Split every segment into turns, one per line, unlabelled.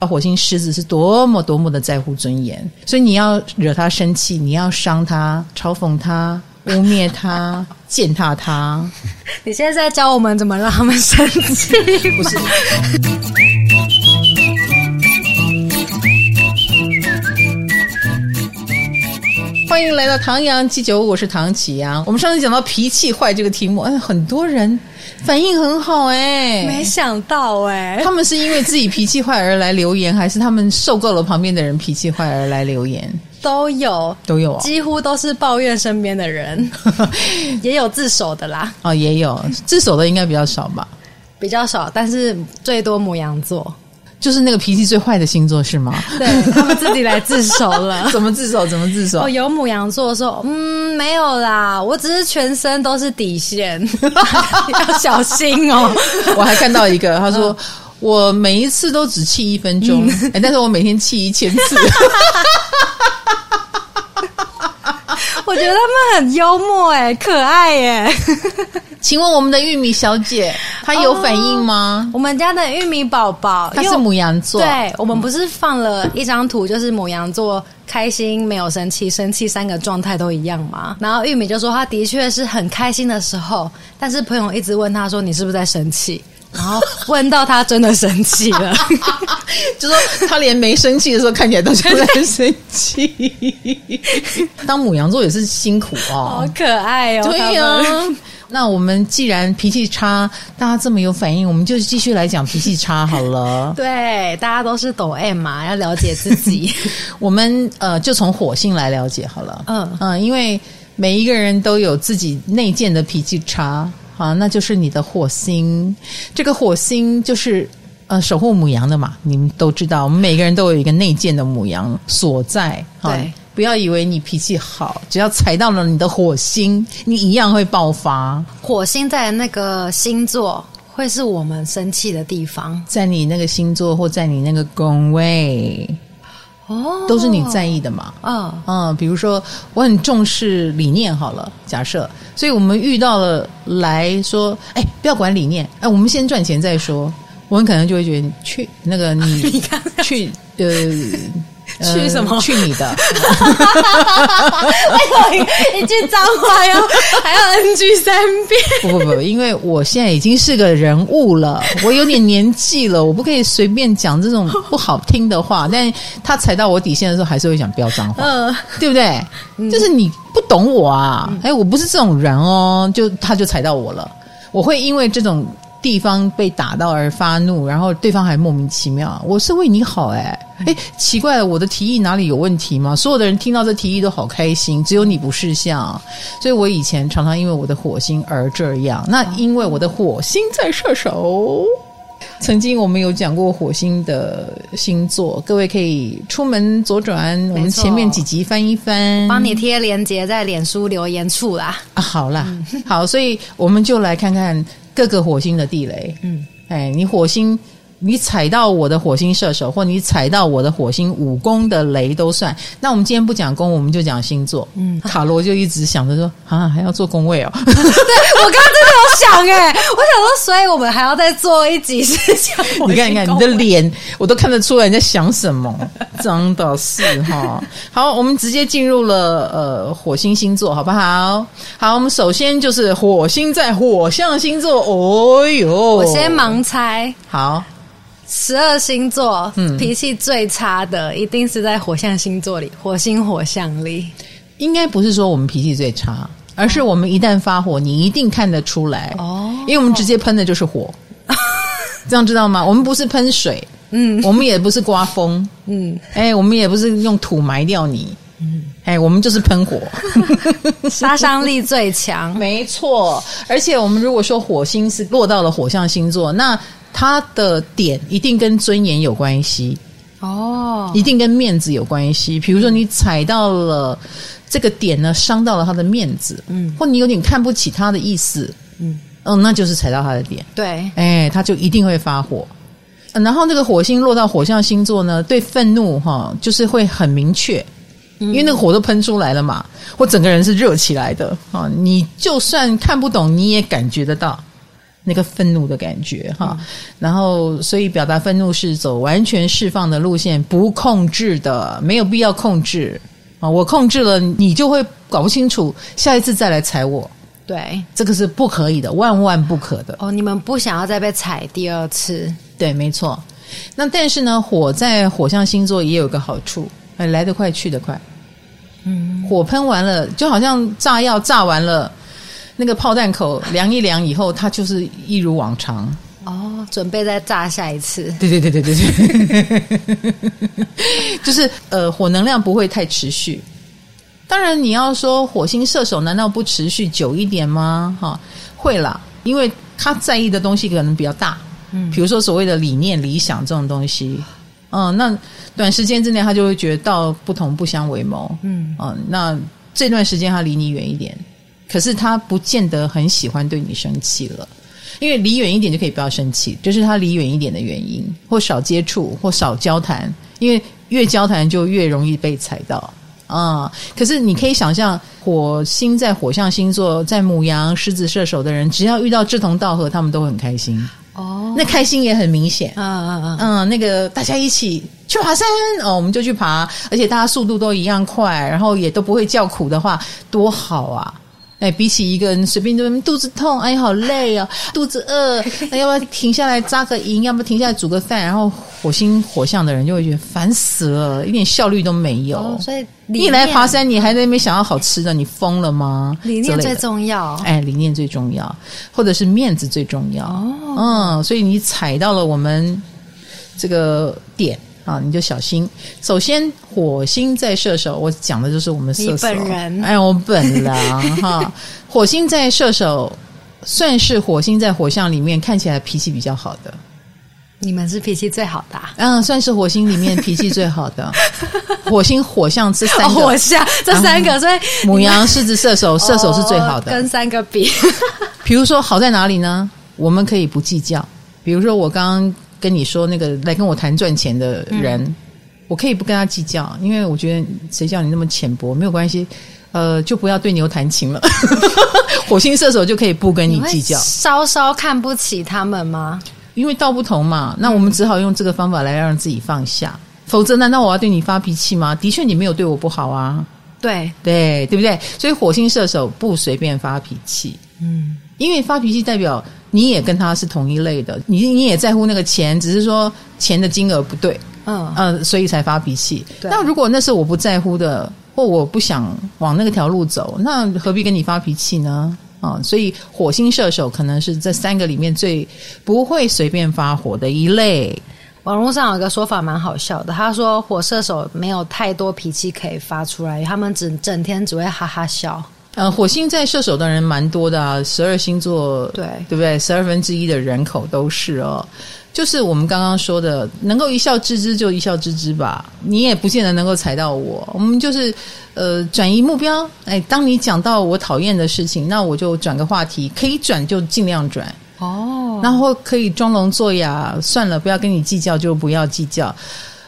啊，火星狮子是多么多么的在乎尊严，所以你要惹他生气，你要伤他、嘲讽他、污蔑他、 践踏他，
你现在在教我们怎么让他们生 气吗？
欢迎来到唐阳鸡酒屋，我是唐启阳。我们上次讲到脾气坏这个题目，哎，很多人反应很好、哎，
没想到哎、
他们是因为自己脾气坏而来留言，还是他们受够了旁边的人脾气坏而来留言？
都有，
都有哦
几乎都是抱怨身边的 人，也有自首的啦，
哦，也有自首的应该比较少吧？
比较少，但是最多母羊座，
就是那个脾气最坏的星座是吗？。
对他们自己来自首 了
怎么自首？怎么自首
哦，？有母羊座说，嗯，没有啦，我只是全身都是底 线，要小心 哦。
我还看到一个，他说。我每一次都只气一分钟，哎、但是我每天气一千 次，
我觉得他们很幽默哎、可爱哎、
请问我们的玉米小姐，她有反应吗？
我们家的玉米宝宝，
她
因为
是母羊座，
对，我们不是放了一张图，就是母羊座开心、没有生气、生气三个状态都一样嘛。然后玉米就说，他的确是很开心的时候，但是朋友一直问他说，你是不是在生气？然后问到他真的生气 了，
就说她连没生气的时候看起来都像在生 气。当母羊座也是辛苦
好
哦，
可爱哦！
对呀、
呀、
那我们既然脾气差，大家这么有反应，我们就继续来讲脾气差好了。
对，大家都是抖 M 嘛，要了解自 己。
我们呃，就从火星来了解好了。
嗯
嗯，因为每一个人都有自己内建的脾气差，好，那就是你的火星。这个火星就是呃，守护母羊的嘛，你们都知道，我们每个人都有一个内建的母羊所在。好
对，
不要以为你脾气好，只要踩到了你的火星，你一样会爆发。
火星在那个星座会是我们生气的地方
在你那个星座或在你那个宫位，
哦，
都是你在意的嘛。
嗯。
嗯，比如说我很重视理念，好了，假设，所以我们遇到了来说，哎，不要管理念，哎，我们先赚钱再说，我很可能就会觉得去那个你
你刚刚
去呃。呃
去什么
去你的！
为什哎么一句脏话要还要 NG 三遍？
不不呃不，因为我现在已经是个人物了，我有点年纪了，我不可以随便讲这种不好听的话。但他踩到我底线的时候，还是会讲飙脏话。
嗯、
对不对？就是你不懂我啊，哎、我不是这种人哦，就他就踩到我了，我会因为这种地方被打到而发怒，然后对方还莫名其妙，我是为你好哎、哎，奇怪了，我的提议哪里有问题吗？所有的人听到这提议都好开心，只有你不是像，所以我以前常常因为我的火星而这样。那因为我的火星在射手，曾经我们有讲过火星的星座，各位可以出门左转，我们前面几集翻一翻，
帮你贴链接在脸书留言 处啦。
啊，好啦，
嗯
好，所以我们就来看看各个火星的地雷。
嗯，
哎，你火星，你踩到我的火星射手，或你踩到我的火星武功的雷都算。那我们今天不讲宫，我们就讲星座。嗯，卡罗就一直想着说啊，还要做宫 位哦。
我刚刚真的有想哎、我想说，所以我们还要再做一集是讲
你
我们
看，你看，
公
你的脸，我都看得出来你在想什么， 真的是哈。好，我们直接进入了呃火星星座，好不好？好，我们首先就是火星在火象星座，哦哟，
我先盲猜，
好，
十二星座、
嗯
脾气最差的一定是在火象星座里，火星火象 里。
应该不是说我们脾气最差，而是我们一旦发火，你一定看得出来
哦
因为我们直接喷的就是 火，这样知道吗？我们不是喷水，
嗯
我们也不是刮风，
嗯，
哎、我们也不是用土埋掉你，哎、我们就是喷火。
杀伤力最强。
没错，而且我们如果说火星是落到了火象星座，那它的点一定跟尊严有关系，
哦，
一定跟面子有关系。比如说你踩到了这个点呢，伤到了他的面子，嗯，或你有点看不起他的意思，
嗯
嗯，嗯，那就是踩到他的点，
对，
哎，他就一定会发火。呃然后这个火星落到火象星座呢，对愤怒哈、就是会很明确，因为那个火都喷出来了嘛，我整个人是热起来的啊、你就算看不懂，你也感觉得到。那个愤怒的感觉哈。然后，所以表达愤怒是走完全释放的路线，不控制的，没有必要控制啊。我控制了，你就会搞不清楚，下一次再来踩我，
对，
这个是不可以的，万万不可的。
哦，你们不想要再被踩第二次，
对，没错。那但是呢，火在火象星座也有个好处，哎，来得快，去得快。嗯，火喷完了，就好像炸药炸完了，那个炮弹口量一量以后，它就是一如往常。
哦，准备再炸下一次，
对对对对对对， 就是呃，火能量不会太持续。当然，你要说火星射手难道不持续久一点吗？哈，会啦，因为他在意的东西可能比较大，嗯，比如说所谓的理念、理想这种东西，嗯，那短时间之内他就会觉得道不同不相为谋，
嗯
嗯，那这段时间他离你远一点，可是他不见得很喜欢对你生气了。因为离远一点就可以不要生气，这、是他离远一点的原因，或少接触，或少交谈，因为越交谈就越容易被踩到啊、可是你可以想象，火星在火象星座，在母羊、狮子、射手的人，只要遇到志同道合，他们都很开心，
哦，
那开心也很明显。
嗯嗯嗯，
嗯，那个大家一起去爬山哦，我们就去爬，而且大家速度都一样快，然后也都不会叫苦的话，多好啊！哎，比起一个人随便就肚子痛，哎，好累哦， 肚子饿，那要不要停下来扎个营？要不要停下来煮个饭？然后火星火象的人就会觉得烦死了，一点效率都没有。
哦，所以理
你来
念
爬山，你还在那边想要好吃的，你疯了吗？
理
之
念
类
最
的
重要，
哎，理念最重要，或者是面子最重要。哦，嗯，所以你踩到了我们这个点啊，你就小心。首先，火星在射手，我讲的就是我们射手
你本人
哎，我本人 哈，火星在射手，算是火星在火象里面看起来脾气比较好的。
你们是脾气最好的啊、
嗯，算是火星里面脾气最好 的。火星、火象这三
哦，
个，
我下这三个，所以
母羊、狮子、射手，射手是最好的。
哦跟三个比，
比如说好在哪里呢？我们可以不计较。比如说我刚刚跟你说那个来跟我谈赚钱的人，我可以不跟他计较，因为我觉得谁叫你那么浅薄，没有关系。呃，就不要对牛弹琴了。 火星射手就可以不 跟你计较
会，稍稍看不起他们吗？
因为道不同嘛。那我们只好用这个方法来让自己放下，否则难道我要对你发脾气吗？的确，你没有对我不好啊。
对，
对，对不对？所以火星射手不随便发脾气，
嗯，
因为发脾气代表你也跟他是同一类的，你你也在乎那个钱，只是说钱的金额不对，
嗯，
嗯、所以才发脾气。
对
那如果那是我不在乎的，或我不想往那个条路走，那何必跟你发脾气呢？啊、所以火星射手可能是这三个里面最不会随便发火的一类。
网络上有个说法蛮好笑的，他说火射手没有太多脾气可以发出来，他们只整天只会哈哈笑。
呃，火星在射手的人蛮多的啊，十二星座
对
对不对？十二分之一的人口都是哦。就是我们刚刚说的，能够一笑置之就一笑置之吧，你也不见得能够踩到我。我们就是呃转移目标，哎，当你讲到我讨厌的事情，那我就转个话题，可以转就尽量转，
哦，
然后可以装聋作哑，算了，不要跟你计较就不要计较。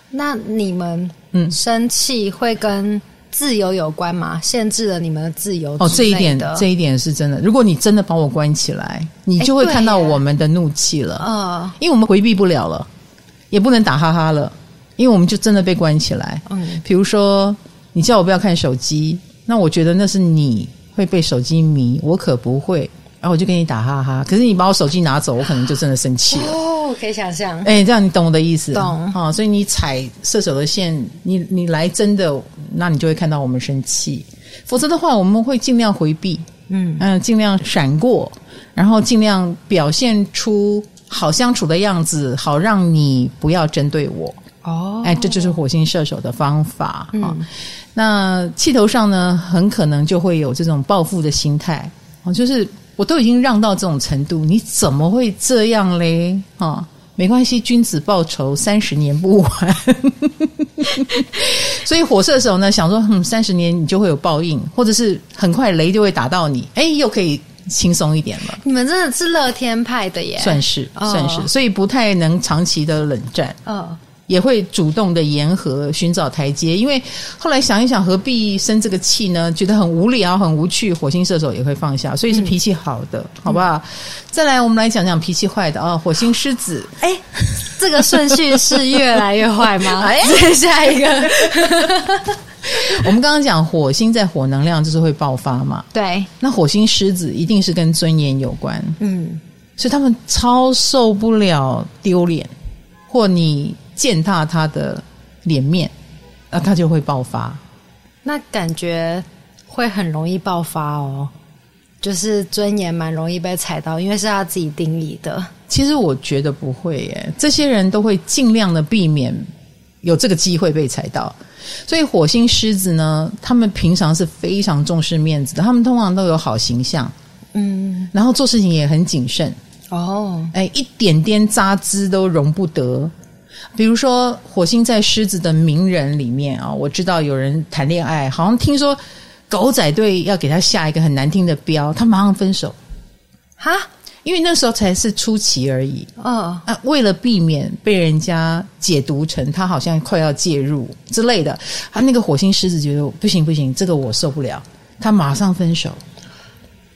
那你们
嗯
生气会跟自由有关吗？限制了你们的自由
哦，
之
这
类
一点
的，
这一点是真的。如果你真的把我关起来，你
哎
就会
对
看到
耶
我们的怒气了。
呃，
因为我们回避不了了，也不能打哈哈了，因为我们就真的被关起来。
嗯，
比如说，你叫我不要看手机，那我觉得那是你会被手机迷，我可不会。然后我就跟你打哈哈，可是你把我手机拿走，我可能就真的生气了。
哦，可以想象，
哎、这样你懂我的意思？
懂
啊、所以你踩射手的线，你你来真的，那你就会看到我们生气。否则的话，我们会尽量回避。
嗯，
嗯，尽量闪过，然后尽量表现出好相处的样子，好让你不要针对我。
哦，
哎，这就是火星射手的方法啊、
嗯
那气头上呢，很可能就会有这种报复的心态哦，就是我都已经让到这种程度，你怎么会这样嘞？啊、没关系，君子报仇，三十年不晚。 所以火射手呢，想说，嗯，三十年你就会有报应，或者是很快雷就会打到你，哎，又可以轻松一点了。
你们真的是乐天派的耶，
算是
哦
算是，所以不太能长期的冷战。
嗯，
也会主动的言和，寻找台阶。因为后来想一想，何必生这个气呢？觉得很无聊、很无趣。火星射手也会放下，所以是脾气好的，好不好？再来，我们来讲讲脾气坏的啊、火星狮子，
哎，这个顺序是越来越坏吗？
哎
再下一 个，
我们刚刚讲火星在火能量就是会爆发嘛，
对，
那火星狮子一定是跟尊严有关，
嗯，
所以他们超受不了丢脸，或你践踏他的脸面，那他就会爆发。
那感觉会很容易爆发哦，就是尊严蛮容易被踩到，因为是他自己定义的。
其实我觉得不会耶，这些人都会尽量的避免有这个机会被踩到。所以火星狮子呢，他们平常是非常重视面子的，他们通常都有好形象，
嗯，
然后做事情也很谨慎。
哦，
哎，一点点渣滓都容不得。比如说，火星在狮子的名人里面啊、我知道有人谈恋爱，好像听说狗仔队要给他下一个很难听的标，他马上分手，
哈，
因为那时候才是初期而已。
哦，
啊，为了避免被人家解读成他好像快要介入之类的，他那个火星狮子觉得不行不行，这个我受不了，他马上分手。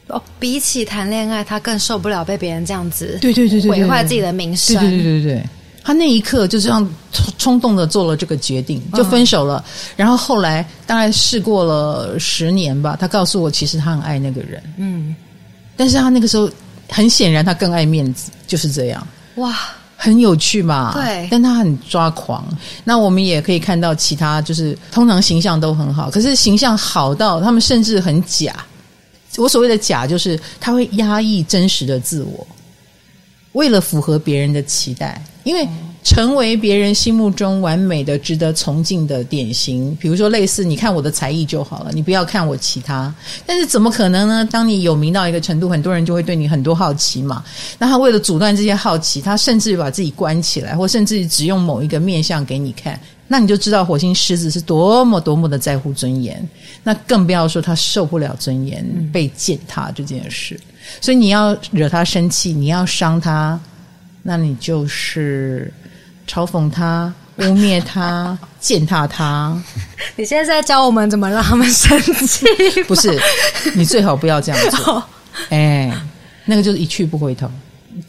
哦，比起谈恋爱，他更受不了被别人这样子
对对对对，对
毁坏
对
自己的名
对
声。
对对对对，他那一刻就这样冲冲动的做了这个决定，就分手了。然后后来大概试过了十年吧，他告诉我其实他很爱那个人，
嗯，
但是他那个时候很显然他更爱面子，就是这样。
哇，
很有趣嘛，
对
但他很抓狂。那我们也可以看到其他，就是通常形象都很好，可是形象好到他们甚至很假。我所谓的假，就是他会压抑真实的自我，为嗯了符合别人的期待，因为成为别人心目中完美的、值得崇敬的典型。比如说，类似你看我的才艺就好了，你不要看我其他。但是怎么可能呢？当你有名到一个程度，很多人就会对你很多好奇嘛。那他为了阻断这些好奇，他甚至于把自己关起来，或甚至于只用某一个面相给你看。那你就知道火星狮子是多么多么的在乎尊严，那更不要说他受不了尊严、被践踏这件事。所以你要惹他生气，你要伤他，那你就是嘲讽他、污蔑他、践踏他。
你现在在教我们怎么让他们生气？
不是，你最好不要这样做。
哦，
哎，那个就是一去不回头。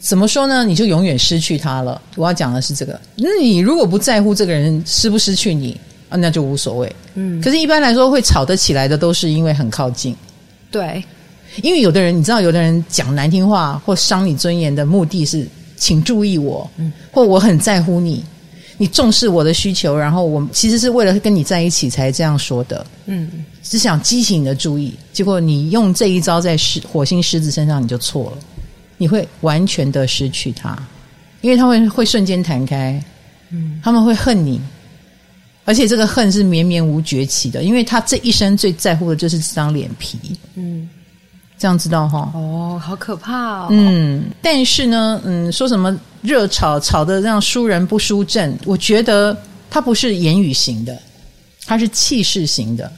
怎么说呢？你就永远失去他了。我要讲的是这个。那你如果不在乎这个人失不失去你啊，那就无所谓。
嗯，
可是，一般来说会吵得起来的，都是因为很靠近。
对，
因为有的人，你知道，有的人讲难听话或伤你尊严的目的是，请注意我，或我很在乎你，你重视我的需求，然后我其实是为了跟你在一起才这样说的。
嗯，
只想激起你的注意，结果你用这一招在狮火星狮子身上，你就错了，你会完全的失去它，因为它会会瞬间弹开，嗯，他们会恨你，而且这个恨是绵绵无绝期的，因为他这一生最在乎的就是这张脸皮，
嗯，
这样知道哈？
哦，好可怕哦。
嗯，但是呢，嗯，说什么热炒炒的让输人不输阵，我觉得它不是言语型的，它是气势型的。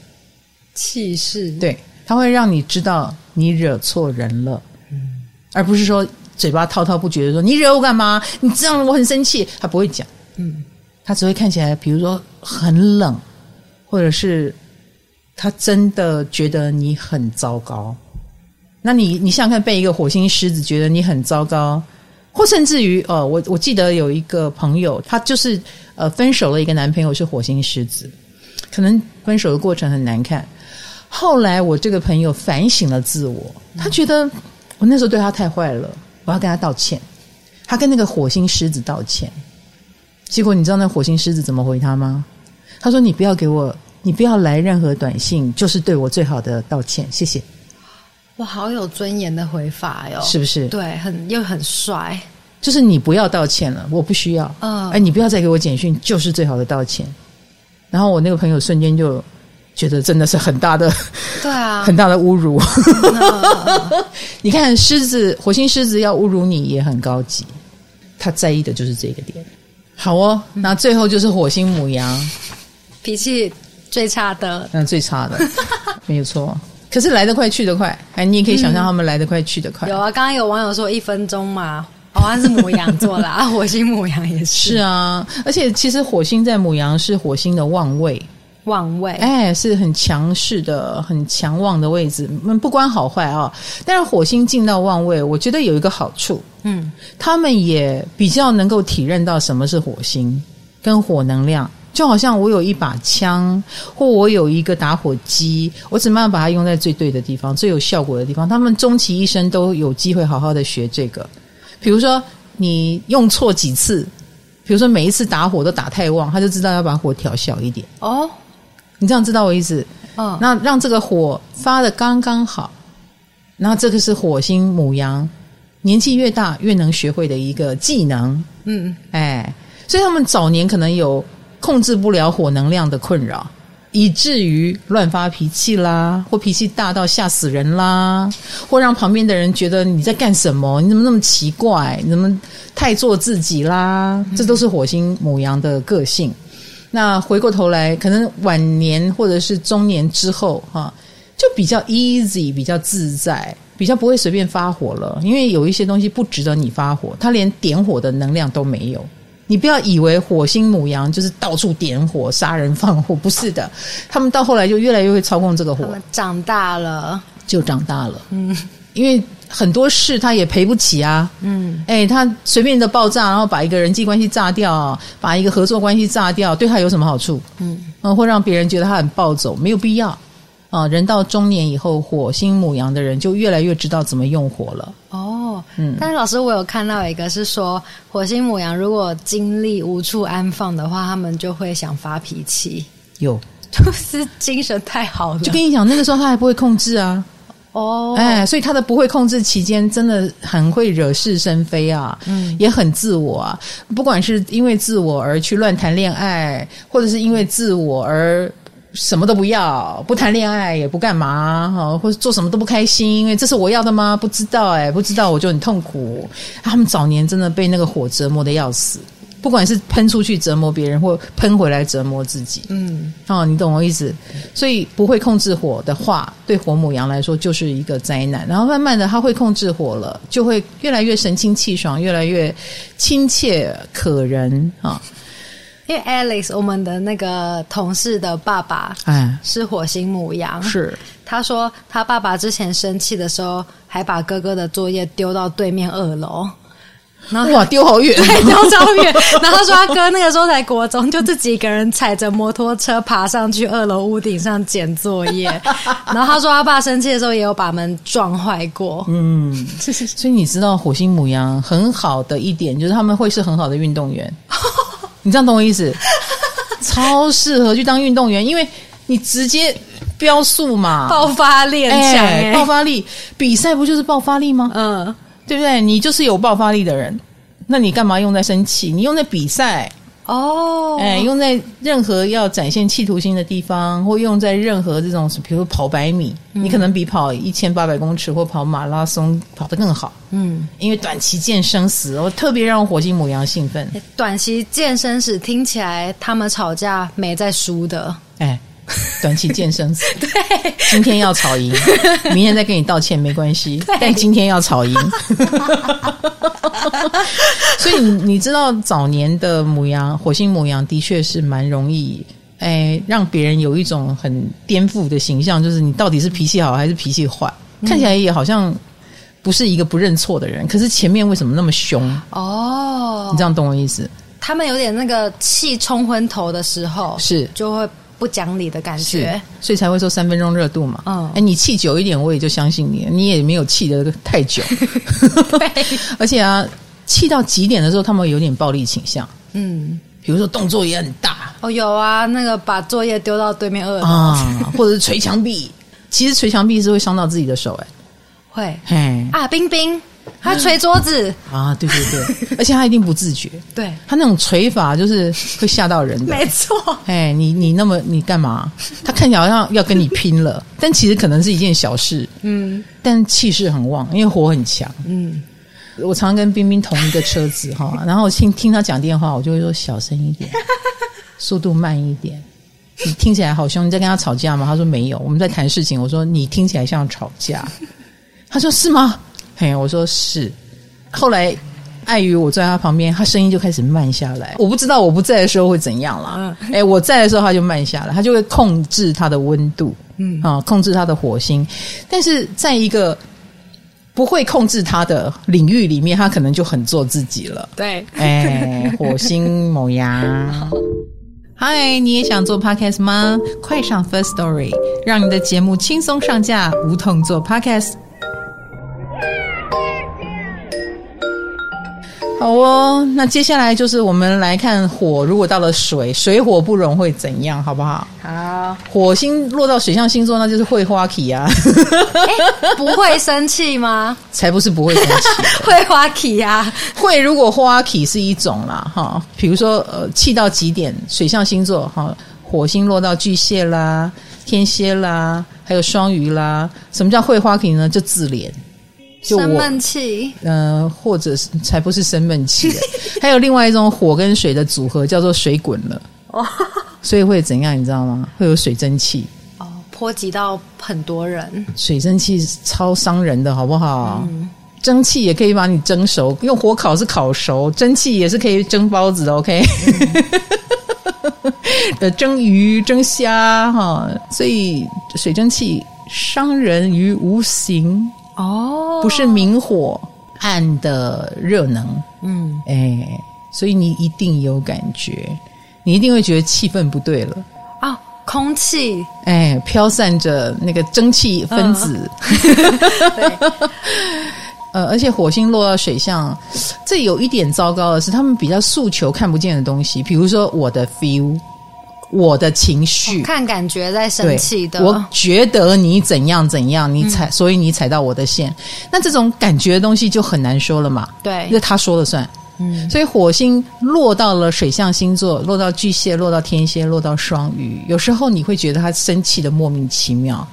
气势，
对，它会让你知道你惹错人了，而不是说嘴巴滔滔不绝的说你惹我干嘛？你这样我很生气，他不会讲，
嗯，
他只会看起来，比如说很冷，或者是他真的觉得你很糟糕。那你你想想看，被一个火星狮子觉得你很糟糕，或甚至于呃，我我记得有一个朋友，她就是呃分手了一个男朋友是火星狮子，可能分手的过程很难看。后来我这个朋友反省了自我，他觉得我那时候对他太坏了，我要跟他道歉。他跟那个火星狮子道歉，结果你知道那火星狮子怎么回他吗？他说：“你不要给我，你不要来任何短信，就是对我最好的道歉，谢谢，
哇，好有尊严的回法哟，
是不是？
对，很又很帅，
就是你不要道歉了，我不需要。
嗯
哎，你不要再给我简讯，就是最好的道歉。”然后我那个朋友瞬间就觉得真的是很大的、
对啊，
很大的侮辱。 你看，狮子火星狮子要侮辱你也很高级，他在意的就是这个点。好哦，那最后就是火星母羊，
脾气最差的，
那最差 的，没有错。可嗯是来得快去得快，哎，你也可以想象他们来得快去得快。
有啊，刚刚有网友说一分钟嘛，哦，他是母羊 座啦，啊火星母羊也是
是啊，而且其实火星在母羊是火星的旺位，
旺位，
哎，是很强势的、很强旺的位置，嗯，不管好坏啊。但是火星进到旺位，我觉得有一个好处，
嗯，
他们也比较能够体认到什么是火星跟火能量。就好像我有一把枪，或我有一个打火机，我怎么样把它用在最对的地方、最有效果的地方？他们终其一生都有机会好好的学这个。比如说，你用错几次，比如说每一次打火都打太旺，他就知道要把火调小一点。
哦，
你这样知道我意思？
嗯，
那让这个火发的刚刚好，然后这个是火星母羊，年纪越大越能学会的一个技能，
嗯，
哎，所以他们早年可能有控制不了火能量的困扰，以至于乱发脾气啦，或脾气大到吓死人啦，或让旁边的人觉得你在干什么？你怎么那么奇怪？你怎么太做自己啦？这都是火星母羊的个性。那回过头来，可能晚年或者是中年之后，哈、就比较 easy，比较自在，比较不会随便发火了。因为有一些东西不值得你发火，它连点火的能量都没有。你不要以为火星母羊就是到处点火、杀人放火，不是的，他们到后来就越来越会操控这个
他
火，
们长大了，
就长大了。嗯，因为很多事他也赔不起啊。
嗯，
哎，他随便的爆炸，然后把一个人际关系炸掉，把一个合作关系炸掉，对他有什么好处？
嗯，
嗯，会让别人觉得他很暴走，没有必要。啊，人到中年以后，火星母羊的人就越来越知道怎么用火了。
哦，
嗯
但是老师，我有看到一个是说，火星母羊如果精力无处安放的话，他们就会想发脾气，
有，
就是精神太好了，
就跟你讲，那个时候他还不会控制啊，
哦，
哎，所以他的不会控制期间，真的很会惹是生非啊，
嗯
也很自我啊。不管是因为自我而去乱谈恋爱，或者是因为自我而。什么都不要，不谈恋爱也不干嘛哈，或者做什么都不开心，因为这是我要的吗？不知道哎、不知道我就很痛苦。他们早年真的被那个火折磨的要死，不管是喷出去折磨别人，或喷回来折磨自己。
嗯，
哦，你懂我意思。所以不会控制火的话，对火母羊来说就是一个灾难。然后慢慢的，它会控制火了，就会越来越神清气爽，越来越亲切可人啊！
因为 Alex 我们的那个同事的爸爸
哎，
是火星母羊，
是
他说他爸爸之前生气的时候，还把哥哥的作业丢到对面二 楼，然后
哇，丢好 远，
丢超远。然后他说他哥那个时候才国中，就自己一个人踩着摩托车爬上去二楼屋顶上捡作 业。然后他说他爸生气的时候也有把门撞坏过。
嗯，所以你知道火星母羊很好的一点就是他们会是很好的运动员， 你这样懂我意 思？超适合去当运动员，因为你直接飙速嘛，哎
爆发力很强、欸
爆发力，比赛不就是爆发力吗？
嗯，
对不对？你就是有爆发力的人，那你干嘛用在生气？你用在比赛，
哦，
哎，用在任何要展现企图心的地方，或用在任何这种，比如说跑百米，你可能比跑一千八百公尺或跑马拉松跑得更好，
嗯，
因为短期见生死，我特别让火星母羊兴奋，
短期健身史听起来他们吵架没在输的，
哎。短期见生死，
对，
今天要吵赢，明天再跟你道歉没关系，但今天要吵赢。所以你你知道早年的母羊，火星母羊的确是蛮容易，哎，让别人有一种很颠覆的形象，就是你到底是脾气好还是脾气坏，看起来也好像不是一个不认错的人，可是前面为什么那么凶？
哦
你这，样懂我意思？
他们有点那个气冲昏头的时候，
是
就会不讲理的感
是
觉。，
所以才会说三分钟热度嘛。
嗯
哎，你气久一点，我也就相信你了，你也没有气得太 久。
对，
而且啊，气到极点的时候，他们有点暴力倾向，
嗯，
比如说动作也很大
哦，有啊，那个把作业丢到对面二楼、
啊， 或者是捶墙壁。其实捶墙壁是会伤到自己的手、
会
哎，
啊，冰冰，他捶桌子，
嘿，啊，对对对，而且他一定不自觉，
对，
他那种捶法就是会吓到人的。
没错，
哎，你你那么你干嘛？他看起来好像要跟你拼 了，但其实可能是一件小事，
嗯
但气势很旺，因为火很强。
嗯，
我常跟冰冰同一个车子 哈，然后听听他讲电话，我就会说小声一点，速度慢一点。你听起来好凶，你在跟他吵架吗？他说没有，我们在谈事情。我说你听起来像吵架，他说是吗？嘿，我说是。后来碍于我坐在他旁边，他声音就开始慢下来。我不知道我不在的时候会怎样啦。哎、我在的时候他就慢下来，他就会控制他的温度，嗯啊，控制他的火星。但是在一个不会控制他的领域里面，他可能就很做自己了。
对，
哎，火星某羊。 嗨，你也想做 podcast 吗？快上 First Story，让你的节目轻松上架，无痛做 podcast。好哦，那接下来就是我们来看火，如果到了水，水火不容会怎样，好不好？
好，
火星落到水象星座，那就是会花期啊，
不会生气吗？
才不是不会生气。
会花期啊，
会如果花体是一种啦，哈，比如说呃，气到极点，水象星座哈，火星落到巨蟹啦、天蝎啦，还有双鱼啦。什么叫会花体呢？就自怜，就
生
我
闷气，
呃，或者是才不是生闷气的。 还有另外一种火跟水的组合，叫做水滚了。
哦
所以会怎样，你知道吗？会有水蒸气，
哦，波及到很多人，
水蒸气是超伤人的，好不好？蒸汽也可以把你蒸熟，用火烤是烤熟，蒸汽也是可以蒸包子的。OK，呃、 蒸鱼、蒸虾哈，所以水蒸气伤人于无形，
哦
不是明火暗的热能。
嗯，
哎，所以你一定有感觉，你一定会觉得气氛不对了。
哦，空气，
哎，飘散着那个蒸汽分子。
嗯
呃，而且火星落到水象，这有一点糟糕的是，他们比较诉求看不见的东西，比如说我的 feel，我的情绪。
哦看感觉在生
对
气的，嗯
我觉得你怎样怎样，你踩，所以你踩到我的线，那这种感觉的东西就很难说了嘛。
对
那，他说了算。
嗯
所以火星落到了水象星座，落到巨蟹，落到天蝎，落到双鱼，有时候你会觉得他生气的莫名其妙，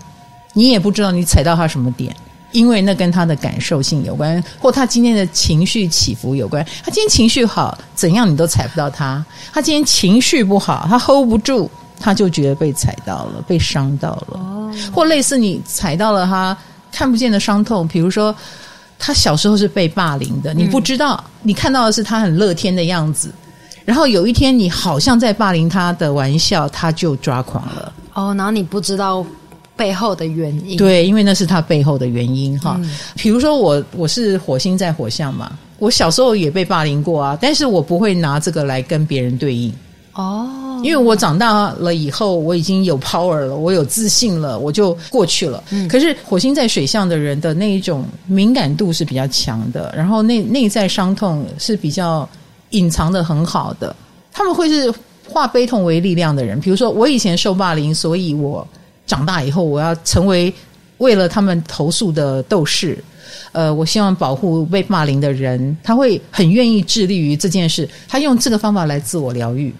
你也不知道你踩到他什么点。因为那跟他的感受性有关，或他今天的情绪起伏有关。他今天情绪好，怎样你都踩不到他；他今天情绪不好，他 hold 不住，他就觉得被踩到了，被伤到了。
哦
或类似你踩到了他看不见的伤痛，比如说他小时候是被霸凌的，你不知道，你看到的是他很乐天的样子，然后有一天你好像在霸凌他的玩笑，他就抓狂了。
哦，然后你不知道背后的原因，
对，因为那是他背后的原因哈。比如说我我是火星在火象嘛，我小时候也被霸凌过啊，但是我不会拿这个来跟别人对应。
哦，
因为我长大了以后，我已经有 power 了，我有自信了，我就过去了。可是火星在水象的人的那一种敏感度是比较强的，然后内内在伤痛是比较隐藏的很好的，他们会是化悲痛为力量的人。比如说，我以前受霸凌，所以我长大以后，我要成为为了他们投诉的斗士。呃，我希望保护被霸凌的人，他会很愿意致力于这件事，他用这个方法来自我疗愈。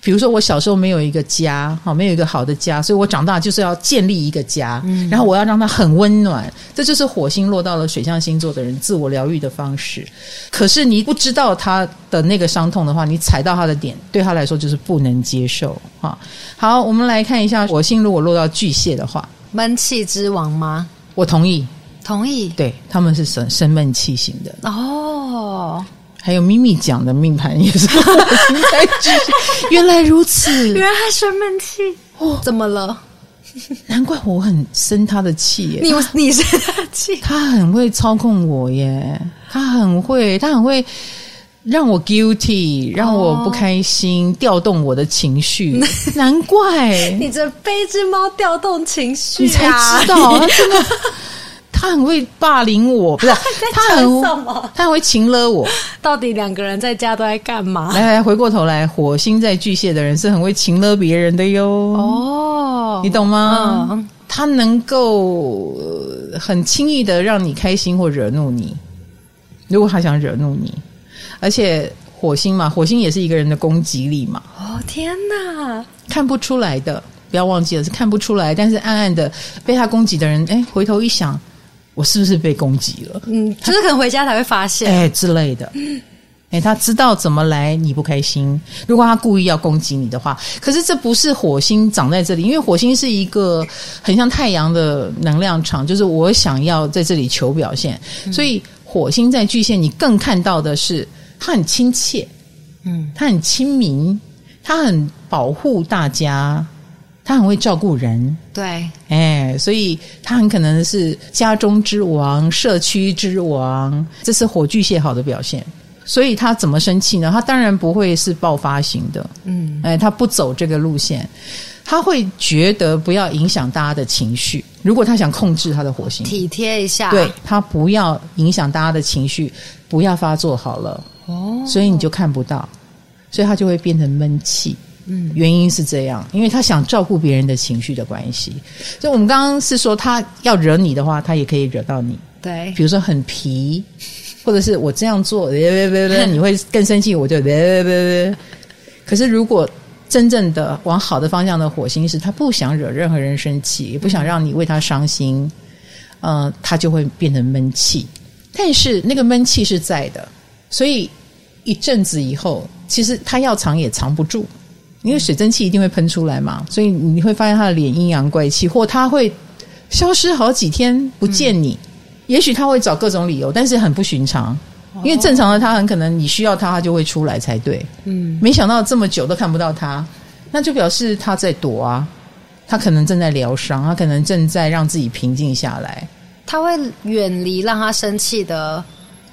比如说我小时候没有一个家，哈，没有一个好的家，所以我长大就是要建立一个家，然后我要让它很温暖，这就是火星落到了水象星座的人自我疗愈的方式。可是你不知道他的那个伤痛的话，你踩到他的点，对他来说就是不能接受哈。好，我们来看一下火星如果落到巨蟹的话，
闷气之王吗？
我同意，
同意，
对他们是生生闷气型的。
哦，
还有咪咪讲的命盘也是火 星在巨蟹，原来如此，
原来生闷气，
哦
怎么了？
难怪我很生他的气耶。
你你生他气？
他很会操控我耶，他很会，他很会让我 guilty，让我不开心，调动我的情绪。难怪
你这被一只猫调动情绪、
你
啊，
才知道，他真的，他很会霸凌我，不是他很
讲什么
他很会情勒我。
到底两个人在家都在干嘛？
来来，回过头来，火星在巨蟹的人是很会情勒别人的哟。
哦
你懂吗？
嗯
他能够呃很轻易的让你开心或惹怒你，如果他想惹怒你，而且火星嘛，火星也是一个人的攻击力嘛，
哦，天哪！
看不出来的，不要忘记了是看不出来，但是暗暗的被他攻击的人，哎，回头一想，我是不是被攻击了？
嗯，就是可能回家才会发现。
哎之类的。哎，他知道怎么来你不开心。如果他故意要攻击你的话，可是这不是火星长在这里，因为火星是一个很像太阳的能量场，就是我想要在这里求表现，所以火星在巨蟹，你更看到的是他很亲切，
嗯，
他很亲民，他很保护大家，他很会照顾人。
对，
哎，所以他很可能是家中之王、社区之王，这是火巨蟹好的表现。所以他怎么生气呢？他当然不会是爆发型的，
嗯，
哎，他不走这个路线，他会觉得不要影响大家的情绪。如果他想控制他的火星，
体贴一下，
对，他不要影响大家的情绪，不要发作好了，
哦，
所以你就看不到，所以他就会变成闷气。
嗯，
原因是这样，因为他想照顾别人的情绪的关系。所以我们刚刚是说，他要惹你的话，他也可以惹到你。
对，
比如说很皮，或者是我这样做，别别别 别，你会更生气，我就别别别别。可是如果真正的往好的方向的火星是，他不想惹任何人生气，也不想让你为他伤心，呃，他就会变成闷气。但是那个闷气是在的，所以一阵子以后，其实他要藏也藏不住，因为水蒸气一定会喷出来嘛，所以你会发现他的脸阴阳怪气，或他会消失好几天不见你。也许他会找各种理由，但是很不寻常，因为正常的他很可能你需要他，他就会出来才对。
嗯，
没想到这么久都看不到他，那就表示他在躲啊，他可能正在疗伤，他可能正在让自己平静下来，
他会远离让他生气的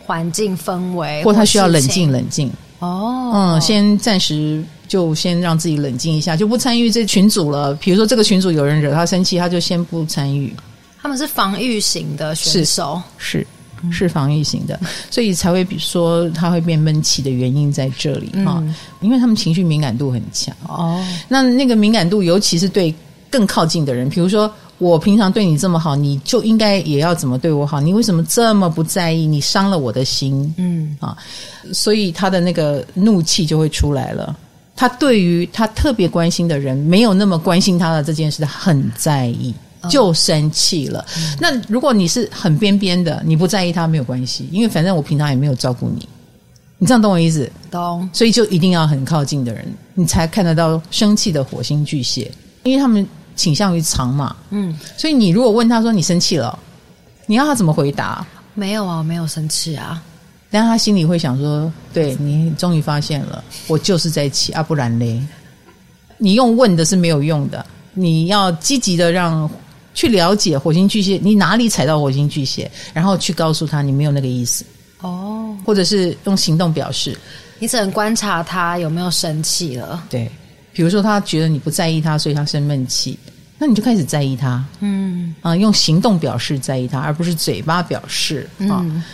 环境氛围，
或他需要冷
事情
静冷静。
哦，
嗯，先暂时就先让自己冷静一下，就不参与这群组了。比如说这个群组有人惹他生气，他就先不参与。
他们是防御型的选手，
是是防御型的，所以才会比说他会变闷气的原因在这里哈、
嗯
因为他们情绪敏感度很强。
哦，
那那个敏感度，尤其是对更靠近的人，比如说我平常对你这么好，你就应该也要怎么对我好？你为什么这么不在意？你伤了我的心，啊
嗯，
所以他的那个怒气就会出来了。他对于他特别关心的人，没有那么关心他的这件事，他很在意，就生气了。那如果你是很边边的，你不在意他没有关系，因为反正我平常也没有照顾你，你这样懂我意思？
懂，
所以就一定要很靠近的人，你才看得到生气的火星巨蟹，因为他们倾向于藏嘛。
嗯，
所以你如果问他说你生气了，你要他怎么回答？
没有啊，没有生气啊，
然后他心里会想说：“对你终于发现了，我就是在气啊，不然嘞，你用问的是没有用的，你要积极的让去了解火星巨蟹，你哪里踩到火星巨蟹，然后去告诉他你没有那个意思，
哦，
或者是用行动表示。
你只能观察他有没有生气了，
对，比如说他觉得你不在意他，所以他生闷气，那你就开始在意他啊、
嗯，
用行动表示在意他，而不是嘴巴表示
嗯
啊。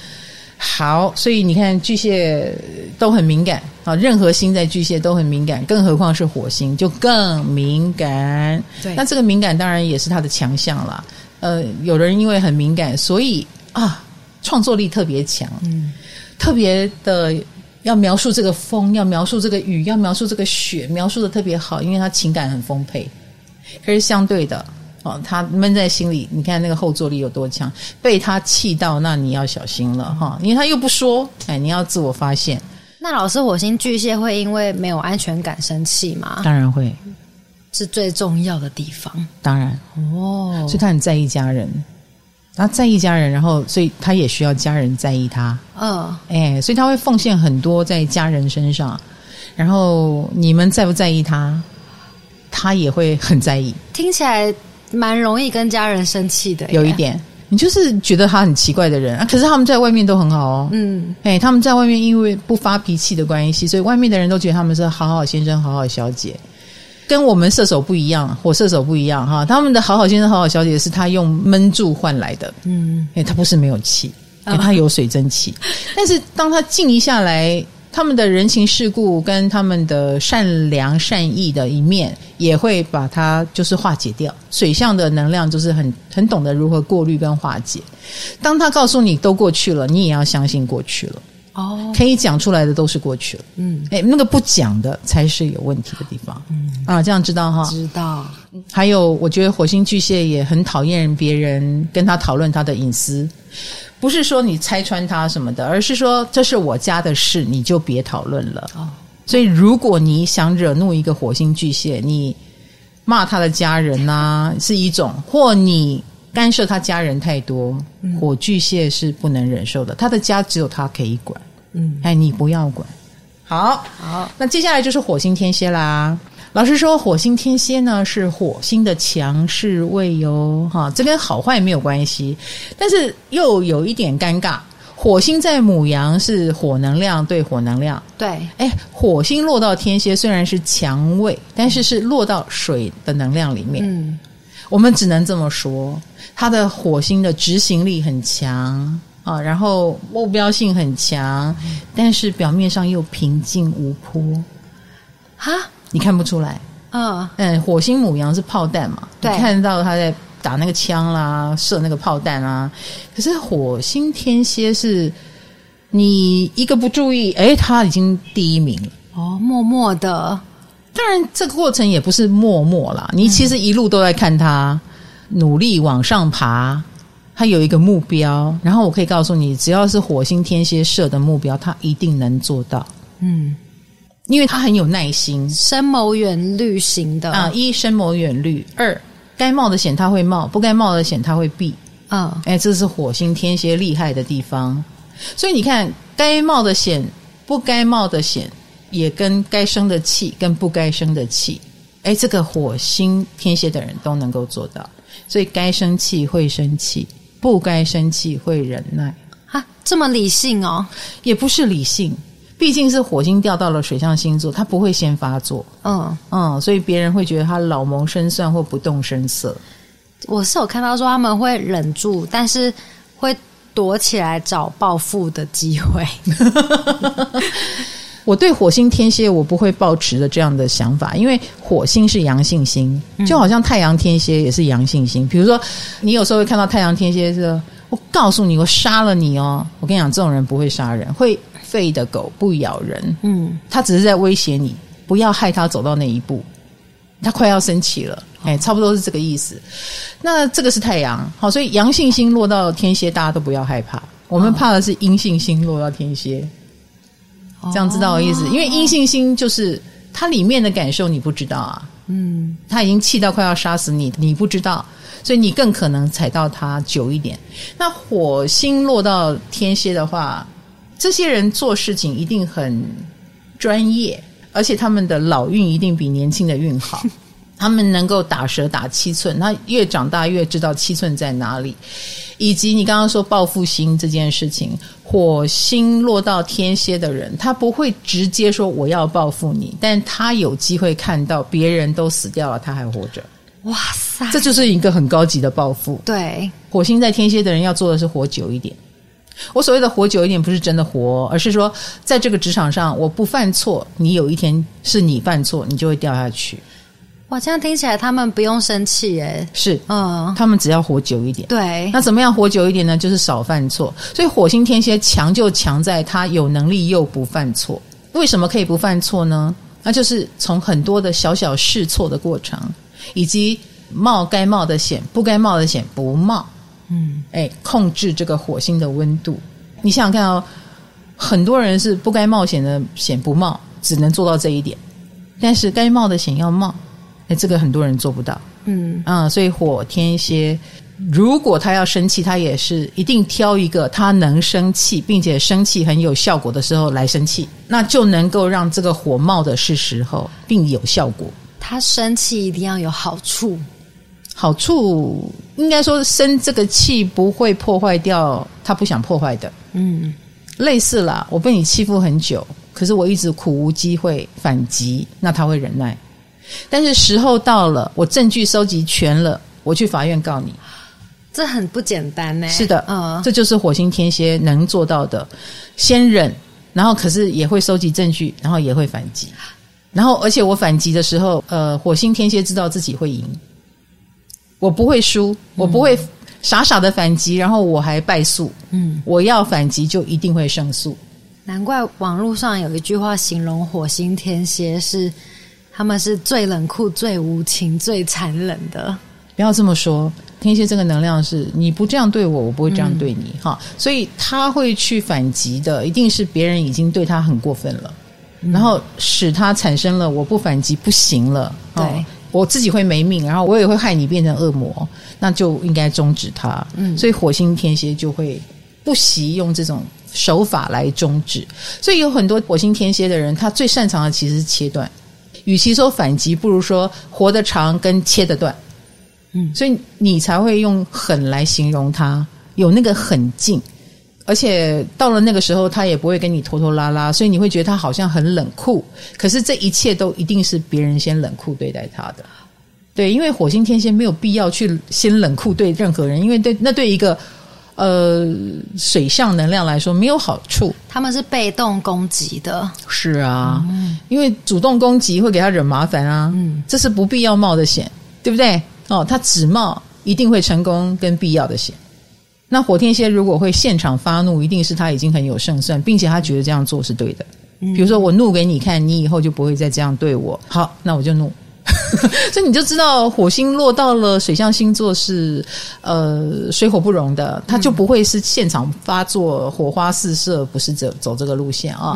好，所以你看巨蟹都很敏感啊，任何星在巨蟹都很敏感，更何况是火星就更敏感。
对
那这个敏感当然也是他的强项啦。呃，有人因为很敏感，所以啊，创作力特别强，
嗯，
特别的要描述这个风，要描述这个雨，要描述这个雪，描述的特别好，因为他情感很丰沛。可是相对的，哦，他闷在心里，你看那个后坐力有多强，被他气到，那你要小心了哈、因为他又不说，哎，你要自我发现，
那老师，火星巨蟹会因为没有安全感生气吗？
当然会，
是最重要的地方
当然，
哦
所以他很在意家人，他在意家人，然后所以他也需要家人在意他，
嗯，
哎，所以他会奉献很多在家人身上，然后你们在不在意他，他也会很在意，
听起来蛮容易跟家人生气的，
有一，点，你就是觉得他很奇怪的人，啊、可是他们在外面都很好哦，
嗯，
哎、他们在外面因为不发脾气的关系，所以外面的人都觉得他们是好好先生、好好小姐，跟我们射手不一样，火射手不一样哈。他们的好好先生、好好小姐是他用闷住换来的，
嗯，
哎、他不是没有气，哎、他有水蒸气，但是当他静一下来。他们的人情世故跟他们的善良善意的一面，也会把它就是化解掉。水象的能量就是很很懂得如何过滤跟化解。当他告诉你都过去了，你也要相信过去了。
哦，
可以讲出来的都是过去了，
嗯，
哎，那个不讲的才是有问题的地方，啊，这样知道哈。
知道，
还有，我觉得火星巨蟹也很讨厌别人跟他讨论他的隐私，不是说你拆穿他什么的，而是说这是我家的事，你就别讨论了。
哦，
所以，如果你想惹怒一个火星巨蟹，你骂他的家人呐、是一种，或你干涉他家人太多，火巨蟹是不能忍受的。他的家只有他可以管，
嗯，
哎，你不要管。好，
好，
那接下来就是火星天蝎啦。老实说，火星天蝎呢是火星的强势位哟，哈，这跟好坏没有关系，但是又有一点尴尬。火星在母羊是火能量对火能量，
对，
哎，火星落到天蝎虽然是强位，但是是落到水的能量里面，
嗯，
我们只能这么说，它的火星的执行力很强啊，然后目标性很强，但是表面上又平静无波，
哈，
你看不出来。
嗯，
嗯，火星母羊是炮弹嘛，你
对
看到他在打那个枪啦，射那个炮弹啦。可是火星天蝎是，你一个不注意，哎，他已经第一名了。
哦，默默的，
当然，这个过程也不是默默啦，你其实一路都在看他努力往上爬，他有一个目标。然后我可以告诉你，只要是火星天蝎设的目标，他一定能做到，
嗯，
因为他很有耐心。
深谋远虑型的，
啊，一深谋远虑，二该冒的险他会冒，不该冒的险他会避。
嗯，
哎，这是火星天蝎厉害的地方。所以你看，该冒的险，不该冒的险，也跟该生的气跟不该生的气，哎，这个火星天蝎的人都能够做到。所以该生气会生气，不该生气会忍耐，
哈，这么理性哦，
也不是理性。毕竟是火星掉到了水象星座，它不会先发作，
嗯，
嗯，所以别人会觉得他老谋深算或不动声色。
我是有看到说他们会忍住，但是会躲起来找报复的机会。
我对火星天蝎我不会抱持着这样的想法，因为火星是阳性星，就好像太阳天蝎也是阳性星。比如说，你有时候会看到太阳天蝎是，我告诉你，我杀了你哦！我跟你讲，这种人不会杀人，会吠的狗不咬人，
嗯，
他只是在威胁你，不要害他走到那一步。他快要生气了，哎，差不多是这个意思。那这个是太阳，好，所以阳性星落到天蝎，大家都不要害怕。我们怕的是阴性星落到天蝎，这样知道我意思？因为阴性星就是它里面的感受你不知道啊，
嗯，
他已经气到快要杀死你，你不知道，所以你更可能踩到它久一点。那火星落到天蝎的话，这些人做事情一定很专业，而且他们的老运一定比年轻的运好。他们能够打蛇打七寸，他越长大越知道七寸在哪里，以及你刚刚说报复心这件事情，火星落到天蝎的人，他不会直接说我要报复你，但他有机会看到别人都死掉了，他还活着，
哇塞，
这就是一个很高级的报复。
对，
火星在天蝎的人要做的是活久一点。我所谓的活久一点，不是真的活，而是说在这个职场上，我不犯错，你有一天是你犯错，你就会掉下去。
哇，这样听起来他们不用生气耶。
是，
嗯，
他们只要活久一点。
对，
那怎么样活久一点呢？就是少犯错。所以火星天蝎强就强在他有能力又不犯错。为什么可以不犯错呢？那就是从很多的小小试错的过程，以及冒该冒的险、不该冒的险不冒。
嗯，
哎，控制这个火星的温度。你想想看哦，很多人是不该冒险的险不冒，只能做到这一点。但是该冒的险要冒，哎，这个很多人做不到。
嗯，
啊、所以火天蝎，如果他要生气，他也是一定挑一个他能生气，并且生气很有效果的时候来生气，那就能够让这个火冒的是时候，并有效果。
他生气一定要有好处。
好处应该说生这个气不会破坏掉他不想破坏的，
嗯，
类似啦。我被你欺负很久，可是我一直苦无机会反击，那他会忍耐。但是时候到了，我证据收集全了，我去法院告你。
这很不简单呢。
是的，
嗯，
这就是火星天蝎能做到的，先忍，然后可是也会收集证据，然后也会反击，然后而且我反击的时候，呃，火星天蝎知道自己会赢，我不会
嗯
输，我不会傻傻的反击，然后我还败诉，
嗯，
我要反击就一定会胜诉，
难怪网络上有一句话形容火星天蝎是。他们是最冷酷、最无情、最残忍的。
不要这么说。天蝎这个能量是你不这样对我，我不会这样对你，哈，所以他会去反击的，一定是别人已经对他很过分了，然后使他产生了我不反击不行了，哦
对
我自己会没命，然后我也会害你变成恶魔，那就应该终止它。嗯，所以火星天蝎就会不惜用这种手法来终止。所以有很多火星天蝎的人，他最擅长的其实是切断。与其说反击，不如说活得长跟切得断。
嗯
所以你才会用狠来形容他，有那个狠劲。而且到了那个时候，他也不会跟你拖拖拉拉，所以你会觉得他好像很冷酷。可是这一切都一定是别人先冷酷对待他的，对，因为火星天蝎没有必要去先冷酷对任何人，因为对那对一个呃水象能量来说没有好处。
他们是被动攻击的，
是啊，因为主动攻击会给他惹麻烦啊，
嗯
这是不必要冒的险，对不对？哦，他只冒一定会成功跟必要的险。那火天蝎如果会现场发怒，一定是他已经很有胜算，并且他觉得这样做是对的。比如说我怒给你看，你以后就不会再这样对我。好，那我就怒。 所以你就知道，火星落到了水象星座是呃水火不容的，它就不会是现场发作火花四射，不是走走这个路线啊。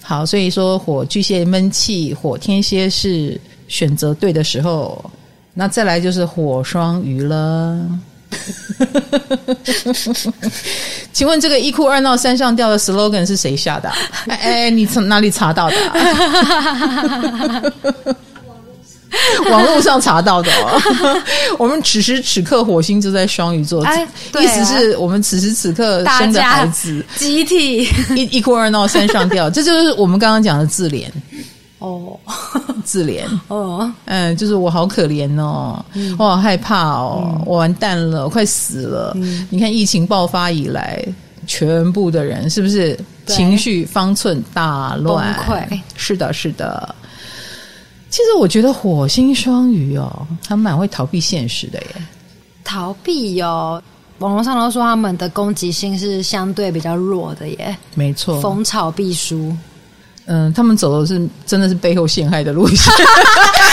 好，所以说火巨蟹闷气，火天蝎是选择对的时候。那再来就是火双鱼了。 请问这个一哭二闹三上吊的 slogan 是谁下的 啊、哎哎，你从哪里查到的 啊、网络上查到的、哦。 我们此时此刻火星就在双鱼座，
哎对啊
意思是我们此时此刻
大
生的
家
孩子
集体
一一哭二闹三上吊，这就是我们刚刚讲的自怜，
哦
自怜。
哦，
嗯，就是我好可怜哦，
嗯
我好害怕哦，我完蛋了，我快死了。
嗯
你看疫情爆发以来，全部的人是不是
对
情绪方寸大乱？
崩溃
是的，是的。其实我觉得火星双鱼哦，他蛮会逃避现实的耶。
逃避哟、网络上都说他们的攻击性是相对比较弱的耶，
没错，
逢草 必输。
嗯，他们走的是真的是背后陷害的路 线。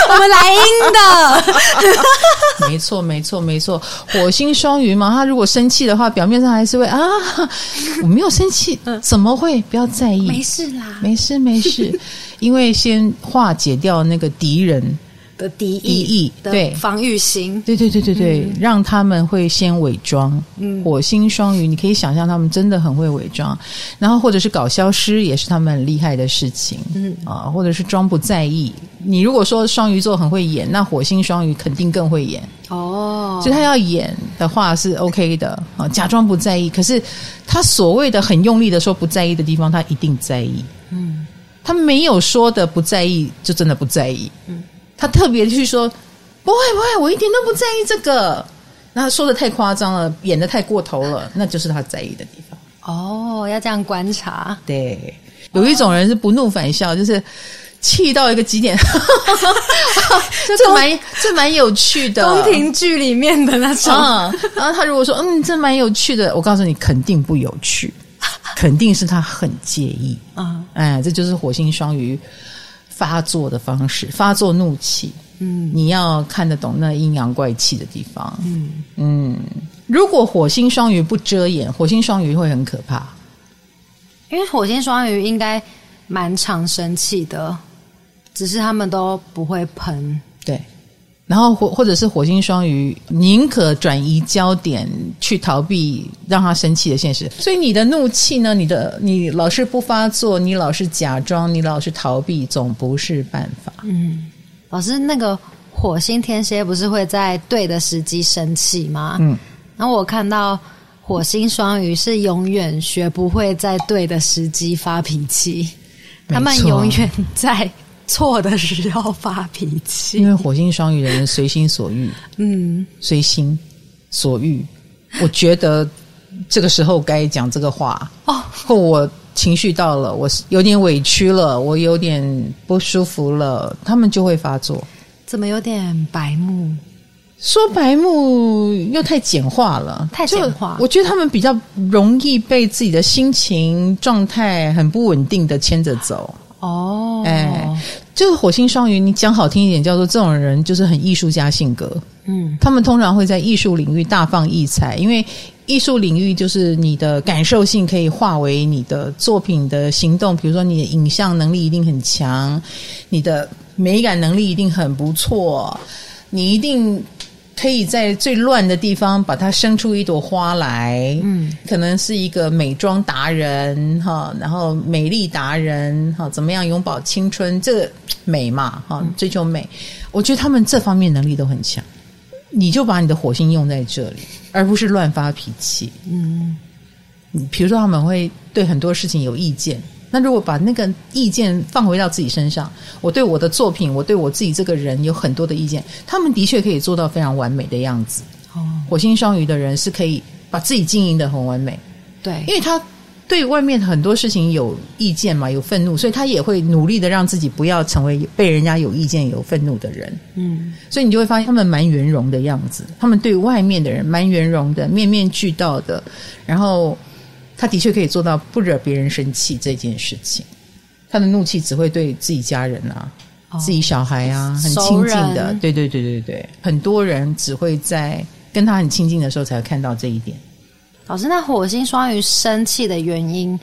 我们来阴的，
没错，没错，没错。火星双鱼嘛，他如果生气的话，表面上还是会啊，我没有生气，怎么会？不要在意，
嗯没事啦
没事没 事，因为先化解掉那个敌人，
的敌
敌
意
意对
的防御心，
对对对对对，让他们会先伪装。
嗯
火星双鱼，你可以想象他们真的很会伪装，然后或者是搞消失，也是他们很厉害的事情。
嗯
啊，或者是装不在意。你如果说双鱼座很会演，那火星双鱼肯定更会演。
哦
所以他要演的话是 OK 的啊，假装不在意。可是他所谓的很用力的说不在意的地方，他一定在意。嗯，他没有说的不在意，就真的不在意。嗯，他特别去说不会不会，我一点都不在意这个。那他说的太夸张了，演的太过头了，那就是他在意的地方。
哦，要这样观察，
对，有一种人是不怒反笑，就是。气到一个 极点，这蛮这蛮有趣的。
宫廷剧里面的那种，
嗯，然后他如果说嗯，这蛮有趣的，我告诉你，肯定不有趣，肯定是他很介意。
嗯
哎，这就是火星双鱼发作的方式，发作怒气。
嗯，
你要看得懂那阴阳怪气的地方。嗯嗯，如果火星双鱼不遮掩，火星双鱼会很可怕。
因为火星双鱼应该蛮常生气的，只是他们都不会喷。
对。然后或或者是火星双鱼，宁可转移焦点去逃避让他生气的现实。所以你的怒气呢，你的你老是不发作，你老是假装，你老是逃避，总不是办法。
嗯老师，那个火星天蝎不是会在对的时机生气吗？
嗯，
然后我看到火星双鱼是永远学不会在对的时机发脾气，
没错
他们永远在错的时候发脾气。
因为火星双鱼的人随心所欲，
嗯，
随心所欲。我觉得这个时候该讲这个话，
哦，
或我情绪到了，我有点委屈了，我有点不舒服了，他们就会发作。
怎么有点白目？
说白目又太简化了，
太简化
就我觉得他们比较容易被自己的心情状态很不稳定的牵着走。
哦，
哎就是火星双鱼，你讲好听一点，叫做这种人就是很艺术家性格。
嗯
他们通常会在艺术领域大放异彩，因为艺术领域就是你的感受性可以化为你的作品的行动，比如说你的影像能力一定很强，你的美感能力一定很不错，你一定可以在最乱的地方把它生出一朵花来。嗯，可能是一个美妆达人哈，然后美丽达人哈，怎么样永葆青春？这个美嘛哈，追求美，我觉得他们这方面能力都很强。你就把你的火星用在这里，而不是乱发脾气。嗯，比如说他们会对很多事情有意见，那如果把那个意见放回到自己身上，我对我的作品，我对我自己这个人有很多的意见，他们的确可以做到非常完美的样子。
哦，
火星双鱼的人是可以把自己经营的很完美，
对，
因为他对外面很多事情有意见嘛，有愤怒，所以他也会努力的让自己不要成为被人家有意见、有愤怒的人。
嗯，
所以你就会发现他们蛮圆融的样子，他们对外面的人蛮圆融的，面面俱到的。然后他的确可以做到不惹别人生气这件事情，他的怒气只会对自己家人啊、
哦
自己小孩啊很
熟
亲
人
近的，对对对对对，很多人只会在跟他很亲近的时候才会看到这一点。
老师，那火星双鱼生气的原因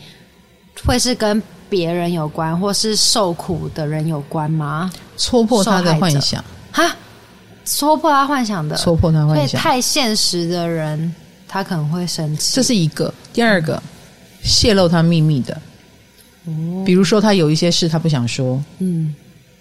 会是跟别人有关，或是受苦的人有关吗？
戳破他的
受害者
幻想，
哈，戳破他幻想的，
戳破他
所
幻
以
想，
太现实的人，他可能会生气。
这是一个。第二个，泄露他秘密的，
哦
比如说他有一些事他不想说，
嗯，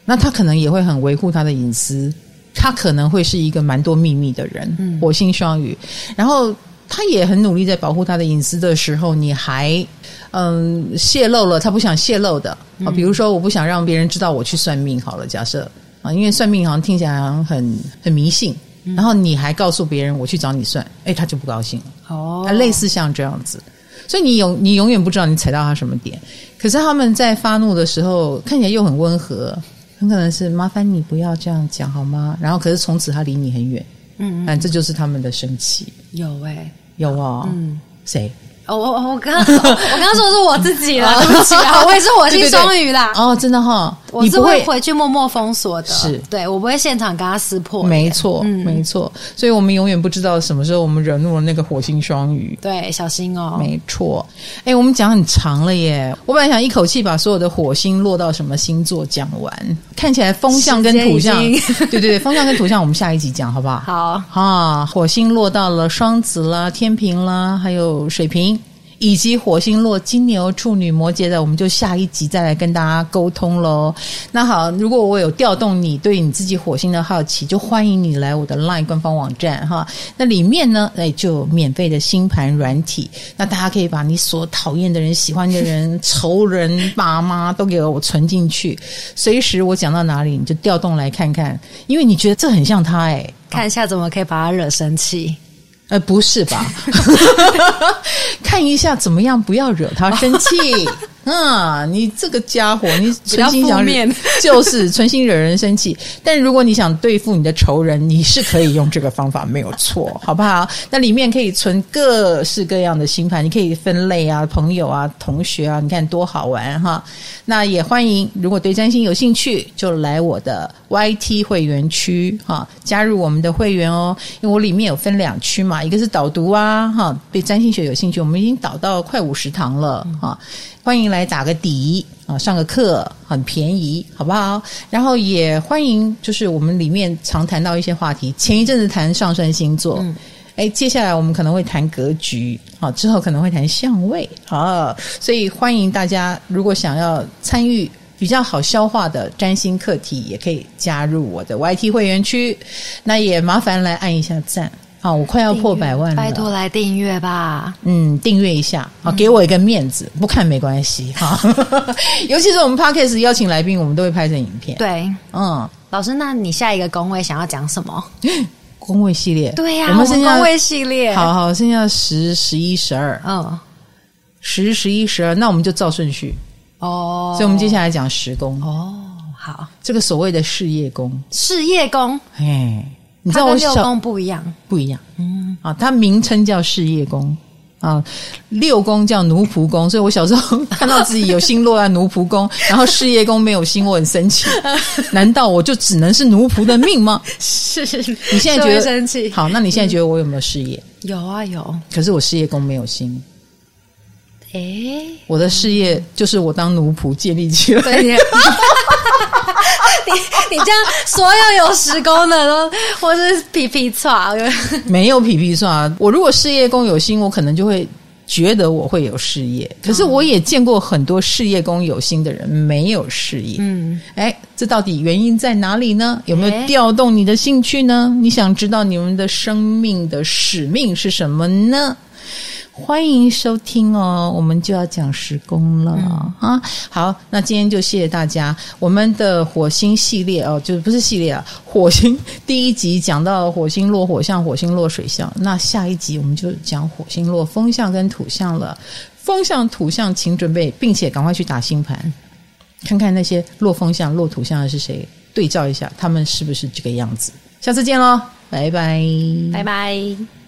那他可能也会很维护他的隐私，他可能会是一个蛮多秘密的人，
嗯
火星双鱼，然后他也很努力在保护他的隐私的时候，你还嗯泄露了他不想泄露的啊，比如说我不想让别人知道我去算命，好了，假设啊，因为算命好像听起来好像很很迷信，然后你还告诉别人我去找你算，哎，他就不高兴了。
哦
啊，，类似像这样子。所以你永你永远不知道你踩到他什么点，可是他们在发怒的时候看起来又很温和，很可能是麻烦你不要这样讲好吗？然后可是从此他离你很远，哎
嗯，嗯
但这就是他们的生气，
有哎、
有啊、
嗯。
谁？
哦，我我我刚 刚我刚刚说的是我自己啦，对不起 啊，我也是火星双鱼啦，
哦，真的哈、
我
你
是
不
会回去默默封锁的，
是
对我不会现场跟他撕破，
没错，
嗯
没错，所以我们永远不知道什么时候我们惹怒了那个火星双鱼。
对，小心哦，
没错，哎，我们讲很长了耶。我本来想一口气把所有的火星落到什么星座讲完，看起来风象跟土象
时间已，
对对对，风象跟土象，我们下一集讲好不好？
好，
啊，火星落到了双子啦、天平啦，还有水瓶，以及火星落金牛、处女、摩羯的，我们就下一集再来跟大家沟通喽。那好，如果我有调动你对你自己火星的好奇，就欢迎你来我的 LINE 官方网站哈。那里面呢，哎，就有免费的星盘软体，那大家可以把你所讨厌的人、喜欢的人、仇人、爸妈都给我存进去，随时我讲到哪里，你就调动来看看，因为你觉得这很像他哎、
看一下怎么可以把他惹生气。
呃，不是 吧？ 看一下怎么样，不要惹他生 气。嗯，你这个家伙，你存心
比较负
想惹
面，
就是存心惹人生气。但如果你想对付你的仇人，你是可以用这个方法，没有 错，好不好？那里面可以存各式各样的星盘，你可以分类啊，朋友啊，同学啊，你看多好玩哈。那也欢迎，如果对占星有兴趣，就来我的 YT 会员区哈，加入我们的会员哦。因为我里面有分两区嘛，一个是导读啊哈，对占星学有兴趣，我们已经导到快五十堂了哈，欢迎来打个底啊，上个课很便宜，好不好？然后也欢迎，就是我们里面常谈到一些话题，前一阵子谈上升星座。哎，接下来我们可能会谈格局，好，之后可能会谈相位，好，所以欢迎大家，如果想要参与比较好消化的占星课题，也可以加入我的 YT 会员区。那也麻烦来按一下赞，好，我快要破百万了，
拜托来订阅吧。
嗯，订阅一下啊，给我一个面子，不看没关系 哈。尤其是我们 podcast 邀请来宾，我们都会拍成影片，，
对，
嗯，
老师，那你下一个工位想要讲什么？
工位系列，
对呀、
我们
们
剩下
工位系列，
好好剩下十、十一、十二，啊
嗯，
十、十一、十二，那我们就照顺序。
哦，
所以，我们接下来讲十宫，
哦，好，
这个所谓的事业宫。
事业宫，
哎，你知
它
道我
跟六
小
宫不一样，
不一样，嗯啊，它名称叫事业宫啊，六宫叫奴仆宫，所以我小时候 看到自己有星落在奴仆宫，然后事业宫没有星，我很生 气。难道我就只能是奴仆的命吗？
是，
你
你
现 在觉得
生气？嗯
好，那你现在觉得我有没有事业？
有啊有，
可是我事业宫没有星，
诶，
我的事业就是我当奴仆建立起来的。
对，你 你这样所有有时工的都或是皮皮叉，
没有皮皮算。我如果事业工有心，我可能就会觉得我会有事业。可是我也见过很多事业工有心的人没有事业。
嗯，
哎，这到底原因在哪里呢？有没
哎
有调动你的兴趣呢？你想知道你们的生命的使命是什么呢？欢迎收听哦，我们就要讲时工了、啊！好，那今天就谢谢大家。我们的火星系列哦，就不是系列啊，火星 第一集讲到火星落火象、火星落水象，那下一集我们就讲火星落风象跟土象了。风象、土象，请准备，并且赶快去打星盘。看看那些落风向、落土象的是谁，对照一下他们是不是这个样子。下次见喽，拜拜。
拜拜。